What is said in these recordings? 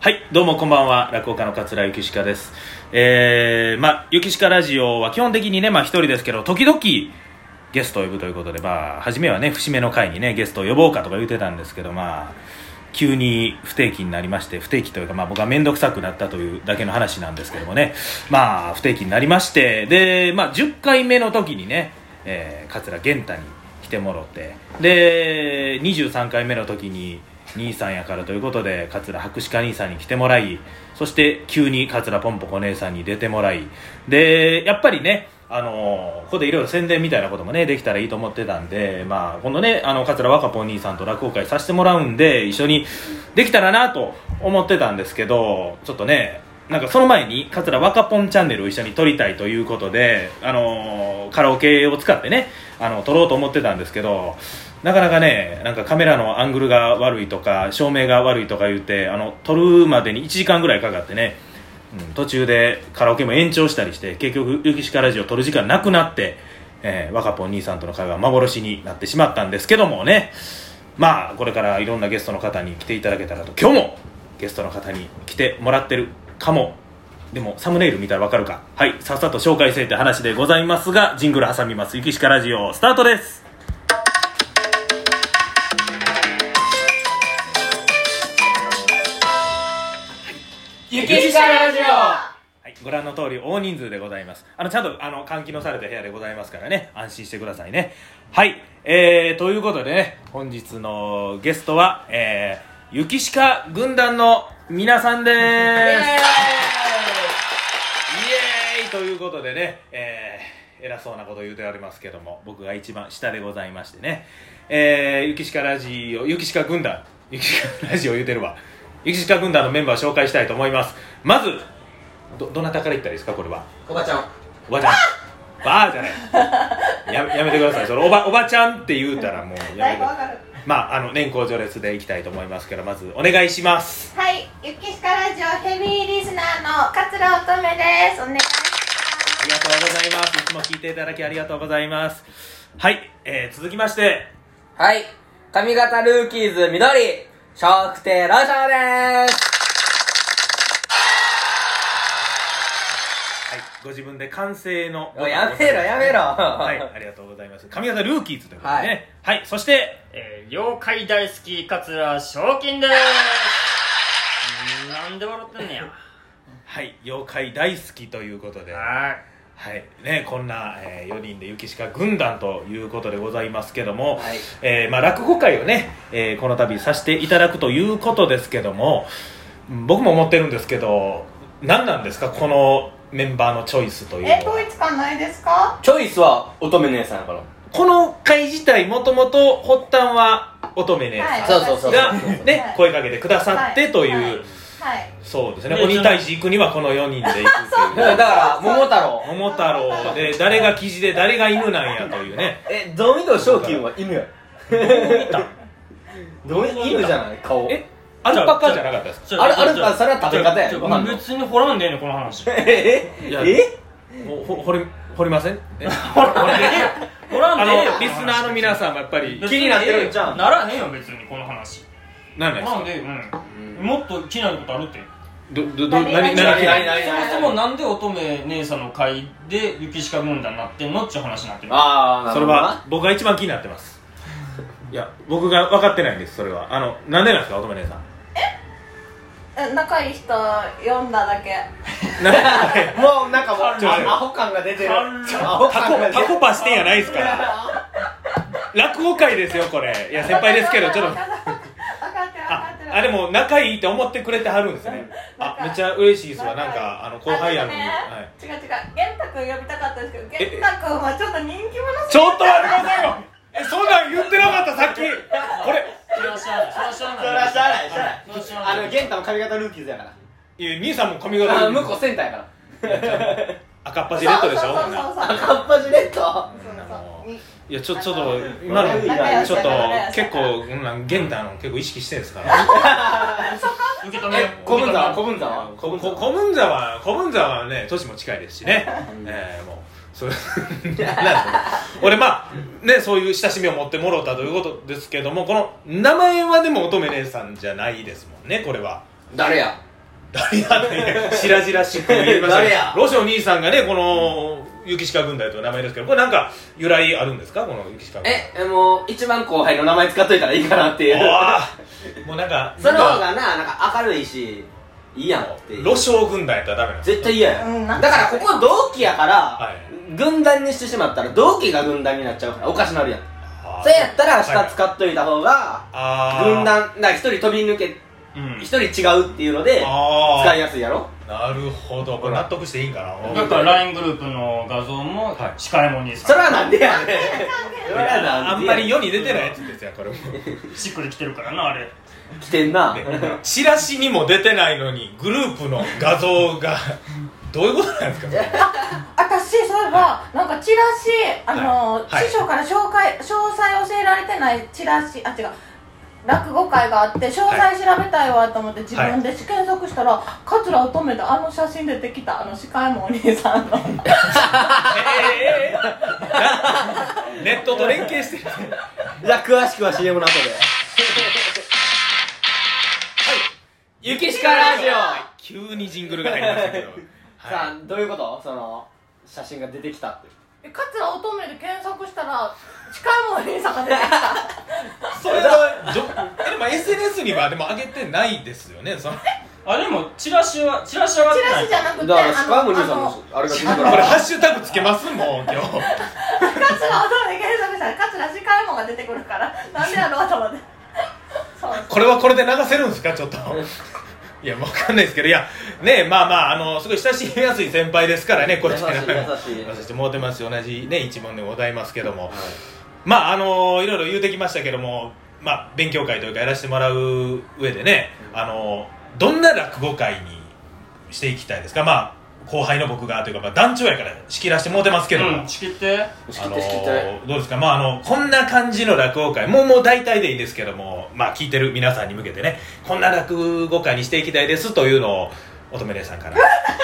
はい、どうもこんばんは、落語家の桂ゆきしかです。えー、まあ、ゆきしかラジオは基本的にね、まあ一人ですけど、時々ゲストを呼ぶということで、まあ、初めはね、節目の回にね、ゲストを呼ぼうかとか言ってたんですけど、まあ、急に不定期になりまして、不定期というか、まあ僕は面倒くさくなったというだけの話なんですけどもね、まあ、不定期になりまして、で、まあ、10回目の時にね、えー、桂源太に来てもろって、で、23回目の時に、兄さんやからということで桂博士課兄さんに来てもらいそして急に桂ぽんぽこ姉さんに出てもらいでやっぱりねあのーここでいろいろ宣伝みたいなこともねできたらいいと思ってたんで、まあ、今度ねあの桂若ぽん兄さんと落語会させてもらうんで一緒にできたらなと思ってたんですけどちょっとねなんかその前に桂若ぽんチャンネルを一緒に撮りたいということで、あのーカラオケを使ってねあの撮ろうと思ってたんですけどなかなかねなんかカメラのアングルが悪いとか照明が悪いとか言ってあの撮るまでに1時間ぐらいかかってね、うん途中でカラオケも延長したりして結局「ゆきしかラジオ」撮る時間なくなって、えー、若ぽん兄さんとの会話は幻になってしまったんですけどもねまあこれからいろんなゲストの方に来ていただけたらと今日もゲストの方に来てもらってるかもでもサムネイル見たらわかるかはいさっさと紹介せえって話でございますがジングル挟みます「ゆきしかラジオ」スタートですゆきしかラジオはい、ご覧の通り大人数でございます。あの、ちゃんと、あの、換気のされた部屋でございますからね、安心してくださいね。はい、えー、ということでね、本日のゲストは、えー、ゆきしか軍団の皆さんでーす。イエーイということでね、えー、偉そうなこと言うておりますけども、僕が一番下でございましてね、えー、ゆきしかラジオ、ゆきしか軍団、ゆきしかラジオ言うてるわ。ゆきしか軍団のメンバーを紹介したいと思います。まず、どどなたからいったらいいですかこれはおばちゃんおばちゃんばあじゃないややめてくださいそれおばおばちゃんって言うたらもうやめてくださいまああの年功序列でいきたいと思いますからまずお願いしますはい、ゆきしかラジオヘビーリスナーの桂乙女です。お願いしありがとうございますいつも聞いていただきありがとうございますはい、えー、続きましてはい髪型ルーキーズ緑笑福亭ロショーですはいご自分で完成のおいやめろやめろはいありがとうございます髪型ルーキーズということでねはい、そしてえー、妖怪大好き桂賞金ですなんで笑ってんねやはい妖怪大好きということでははいね、こんな、え4人で雪鹿軍団ということでございますけども、はいえーまあ、落語会をね、えーこの度させていただくということですけどもうん僕も思ってるんですけど何なんですかこのメンバーのチョイスというまのす。え、は統一感ないですかチョイスは乙女姉さんやからこの会自体もともと発端は乙女姉はいさそうそんうそうが、そうねはい声かけてくださってという、はいはいはい。そうですねね鬼退治行くにはこの4人で行くってだかいらうだから桃太郎桃太郎で誰がキジで誰が犬なんやというねえどう見ても賞金は犬やどう見どう見た犬じゃない顔えアルパカじゃなかったですかいあれあれあそれは食べ方やちょご飯の別に掘らんでええねんこの 話えいやえもうほ掘り掘りませんえ掘らんあでええよのリスナーの皆さんもやっぱり別気にになってるんじゃゃんならへんよ別にこの話なんな掘いですらんかでええようんもっと気になることあるってどどど何何何何何気ない何何そもそもなんで乙女姉さんの会で雪しか軍団になってんのっちゅう話になってるああそれは僕が一番気になってますいや僕が分かってないんですそれはあのなんでなんですか乙女姉さんえ仲いい人読んだだけ。 なんでもうなんかもうちょっとアホ感が出てる軽いアホタ感コが出てタるコパしてんやないですから落語会ですよこれいや先輩ですけどちょっ分とかってる分かあってる。あでも仲いいって思ってくれてはるんですねあめっちゃ嬉しいですわなんかあの後輩やのに、あでもねはい違う違う、玄太くん呼びたかったですけど、え玄太くんはちょっと人気者すちぎょっと待ってくださいよえそんなん言ってなかったさっきこれそれは知らないそれは知らないそれはしゃあないしゃそれは知あらないあないの玄太も髪型ルーキーズやからいや兄さんも髪あ型の向こうセンターやから赤っ端レッドでしょそうそうそうそう。赤っ端レッドそうそうにいやちょちょっと今のちょっと結構こんなん玄太の結構意識してるんです から受け止めようえ、古文沢古文沢ここ古文沢は古文沢はね年も近いですしねえー、もう それなんですか俺まあねそういう親しみを持ってもろたということですけどもこの名前はでも乙女姉さんじゃないですもんねこれは誰や誰やねんしらじらしく言いました誰けどやロシお兄さんがねこの雪鹿軍隊という名前ですけどこれなんか由来あるんですかこの雪鹿軍隊ええもう一番後輩の名前使っといたらいいかなっていうおわもうなんかその方なんかがななんか明るいしいいやんっていうロショ軍団やったらダメなんです絶対嫌や、うんだなんかからここ同期やから、は軍団にしてしまったら同期が軍団になっちゃうからおかしなるやんあーそれやったらはい下使っといた方があー軍団な一人飛び抜けうん一人違うっていうのであー使いやすいやろなるほどこれ納得していいんかなだから LINE グループの画像もはい司会も兄さそん、れはなんでやねん それはあなんでやねまり世に出てないやつですよこれもしっくりきてるからなあれ来てんなチラシにも出てないのにグループの画像がどういうことなんですか私そういえばなんかチラシあの、はいはい師匠から紹介詳細教えられてないチラシあ違う落語会があって詳細調べたいわと思って自分で検索したら、桂乙女であの写真出てきたあの司会もお兄 さんのええネットと連携してるじゃあ詳しくは CM の後でゆきしかラジオ急にジングルが入りましたけど、 さはあどういうことその写真が出てきたってえ桂乙女で検索したら司会もお兄さんが出てきたい、それはじょでも SNS にはでも上げてないですよねそのこあでもチラシはチラシ上がっチてラないシじゃなくてだからあ司会も兄さんあのあれが出てくるれハッシュタグつけます もん今日桂乙女で検索したら桂司会もが出てくるからなんでやろうと 思ってそうそうこれはこれで流せるんですかちょっといやわかんないですけどいやねまあまああのすごい親しみやすい先輩ですからねこっち優しい優し い優しいもうてます同じね一問でございますけども、まああのいろいろ言うてきましたけどもまあ勉強会というかやらせてもらう上でね、あのどんな落語会にしていきたいですかまあ後輩の僕がというか、まあ、団長やから仕切らしてもうてますけども、うん仕切って仕あ切っのて仕切ってどうですか、まあ、あのこんな感じの落語会もうもう大体でいいですけども、まあ、聞いてる皆さんに向けてねこんな落語会にしていきたいですというのを乙女姉さんから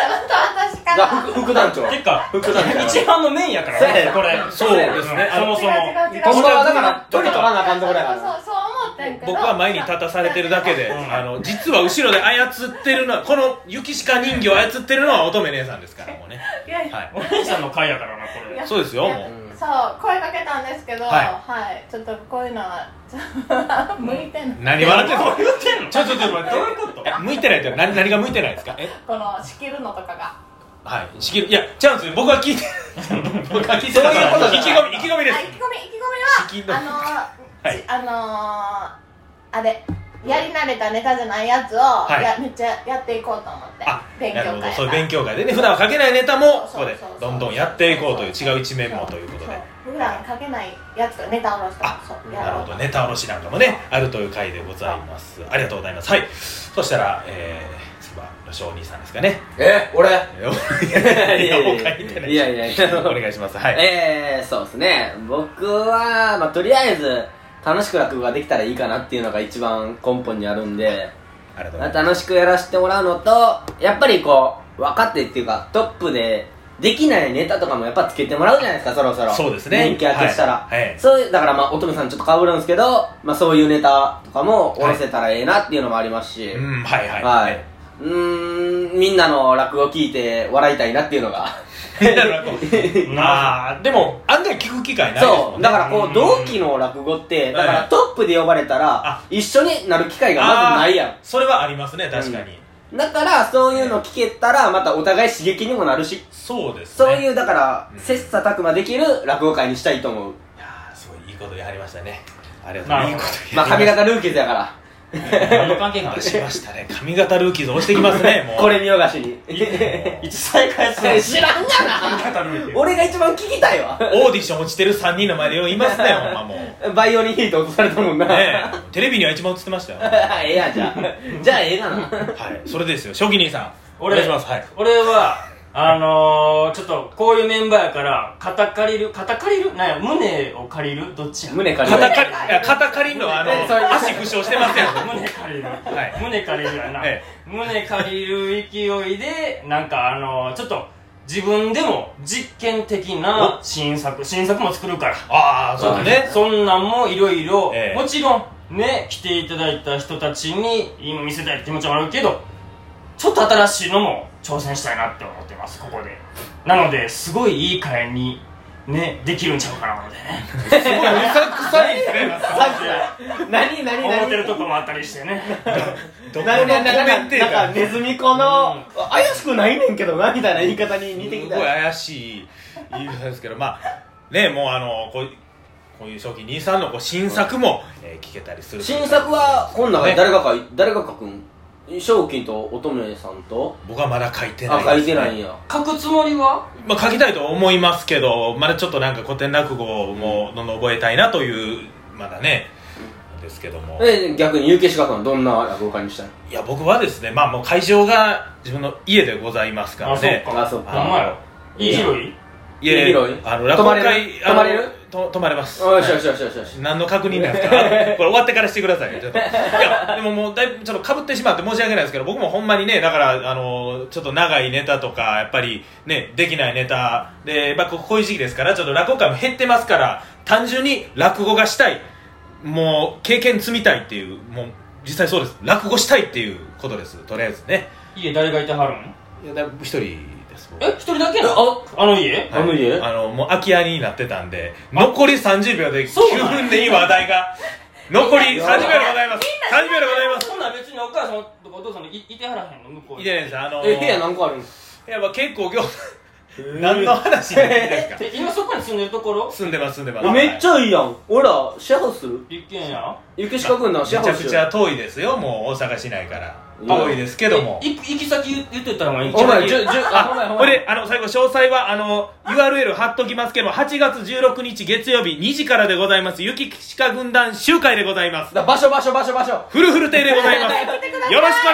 私だから副団長てか副団長一番のメインやからそうやねねこれそうですねそもそも違う違う違う本当はだから距離取らなあかんところやかそうらそうそう思ってんけど僕は前に立たされてるだけで、うんあの実は後ろで操ってるのはこの雪鹿人形を操ってるのは乙女姉さんですからもうね、いやいやはい、お姉さんの会やからなこれそうですよいもやうそう声かけたんですけどははいい、ちょっとこういうのはちょっと 向いてない何笑ってんどうの言ってんのちょちょちょどういうこと向いてないって何何が向いてないですかえこの仕切るのとかがはい仕切るいやチャンス僕は聞いて僕は聞いてたからそういうことじ意ゃ気ない込み意気込みであ意す気込み意仕気切込るみのはあのーはいちあのーあれやり慣れたネタじゃないやつを、いやめっちゃやっていこうと思ってあ勉強なるほ会どそういう勉強会でね普段は書けないネタもこそこうそうでそうそうどんどんやっていこうという違う一面もということそでそう普段書けないやつがネタ下ろしたあらそうやなるろうほとどネタ卸しなんかもねあるという回でございますありがとうございますはいそしたらえー次はロショウお兄さんですかねえ俺えーいや他にってないいやいやいやお願いしますはいえー、そうですね僕は、まあ、とりあえず楽しく落語ができたらいいかなっていうのが一番根本にあるんでありがとうございます楽しくやらせてもらうのとやっぱりこう若手っていうかトップでできないネタとかもやっぱつけてもらうじゃないですかそろそろそうですね人気アーティストしたら、はいはいそういうだからまあ乙女さんちょっとかぶるんですけど、まあ、そういうネタとかも下ろせたらええなっていうのもありますし、うんはいはいはい。うーん、みんなの落語聞いて笑いたいなっていうのが。みんなの落語まあでも案外聞く機会ないですもそんう、ねだからこうんう、同期の落語って、だかはらいトップで呼ばれたあら、一緒になる機会がまずないやあーそれはありますね確かにん。だから、そういうの聞けたら、またお互い刺激にもなるし、そうですねそういう、だからう、ん切磋琢磨できる落語会にしたいと思う。いやーすごいいいことやりましたねありがとうまあいいことまやあ、りま髪した型ルーキーズやから、何の関係がああるしましたね髪型ルーキーズ押してきますねもうこれ見よがしに。ね一再開する知らんがな 俺が一番聞きたいわ。オーディション落ちてる3人の前でよう言いますねほんまもうねバイオリン弾いて落とされたもんな。えテレビには一番映ってましたよは ええやんじゃあ。じゃあええがな。いそれですよ初期兄さんお俺願いしますはい俺はあのー、ちょっとこういうメンバーやから肩借りる肩借りるなんや胸を借りるどっちや胸借り肩るかりいや肩かりのあのえそういう足負傷してますよ 胸借りいる、胸借りるやな、え胸借りる勢いでなんかあのー、ちょっと自分でも実験的な新作新作も作るからああそうだねそんなんもいろいろええもちろんね来ていただいた人たちに今見せたいって気持ちもあるけどちょっと新しいのも挑戦したいなって思ってますここでなのですごいいい会にねできるんちゃうかなのでねすごいうさくさいね何何何思ってるとこもあったりしてねどこのなコんか、なんかメンテータなんかーネズミ子の、怪しくないねんけどな、みたいな言い方に似てきすたごい。怪しい言い方ですけどまあねもうあのこうこういう賞金23のこう新作も、えー聞けたりする新作は、この中に誰がか、誰が書くん賞金と乙女さんと、僕はまだ書いてないあ、ですね書いてないんや。書くつもりはまあ、書きたいと思いますけどまだちょっとなんか古典落語もどんどん覚えたいなというまだねですけどもえ、逆に、有形資格はどんな落語家にしたいいや僕はですねまあもう会場が自分の家でございますからねああ、そっほんか。まやいい広い家広いあの落語会泊まれるあのと泊まれますよしよしよしよしよし。何の確認なんですか これ終わってからしてくださいねちょっといやでももうだいぶちょっとかぶってしまって申し訳ないですけど僕もほんまにねだからあのちょっと長いネタとかやっぱりねできないネタで、まあ、ここういう時期ですからちょっと落語会も減ってますから単純に落語がしたいもう経験積みたいっていうもう実際そうです落語したいっていうことですとりあえずね家誰がいてはるんいやだいぶ一人です僕え一人だけえなのあ、あの家はいあの家あのもう空き家になってたんで残り30秒でそう9なんや分でいい話題 が残り30秒でございます30秒でございますそんなん別にお母さんとかお父さんといいてはらへんの向こういにいじゃないですかあのえ、部屋何個あるんいやまあ結構今日何の話なんですかえ今そこに住んでると ころ住んでます住んでますえめっちゃゃいいやん。俺ら、シェアハウスする一軒家有形資格のめちシェアゃハウスくしちよゃ遠いですよもう大阪市内からうん遠いですけどもえ行く行き先言言っといた方がいいんちゃう。うお前、じゅ、じゅ、あ、ほんまやほんこまやれあの最後詳細はあの URL 貼っときますけど8月16日月曜日2時からでございます雪鹿軍団集会でございますだ場所場所場所場所。 フルフル亭でございますよろしくお願いします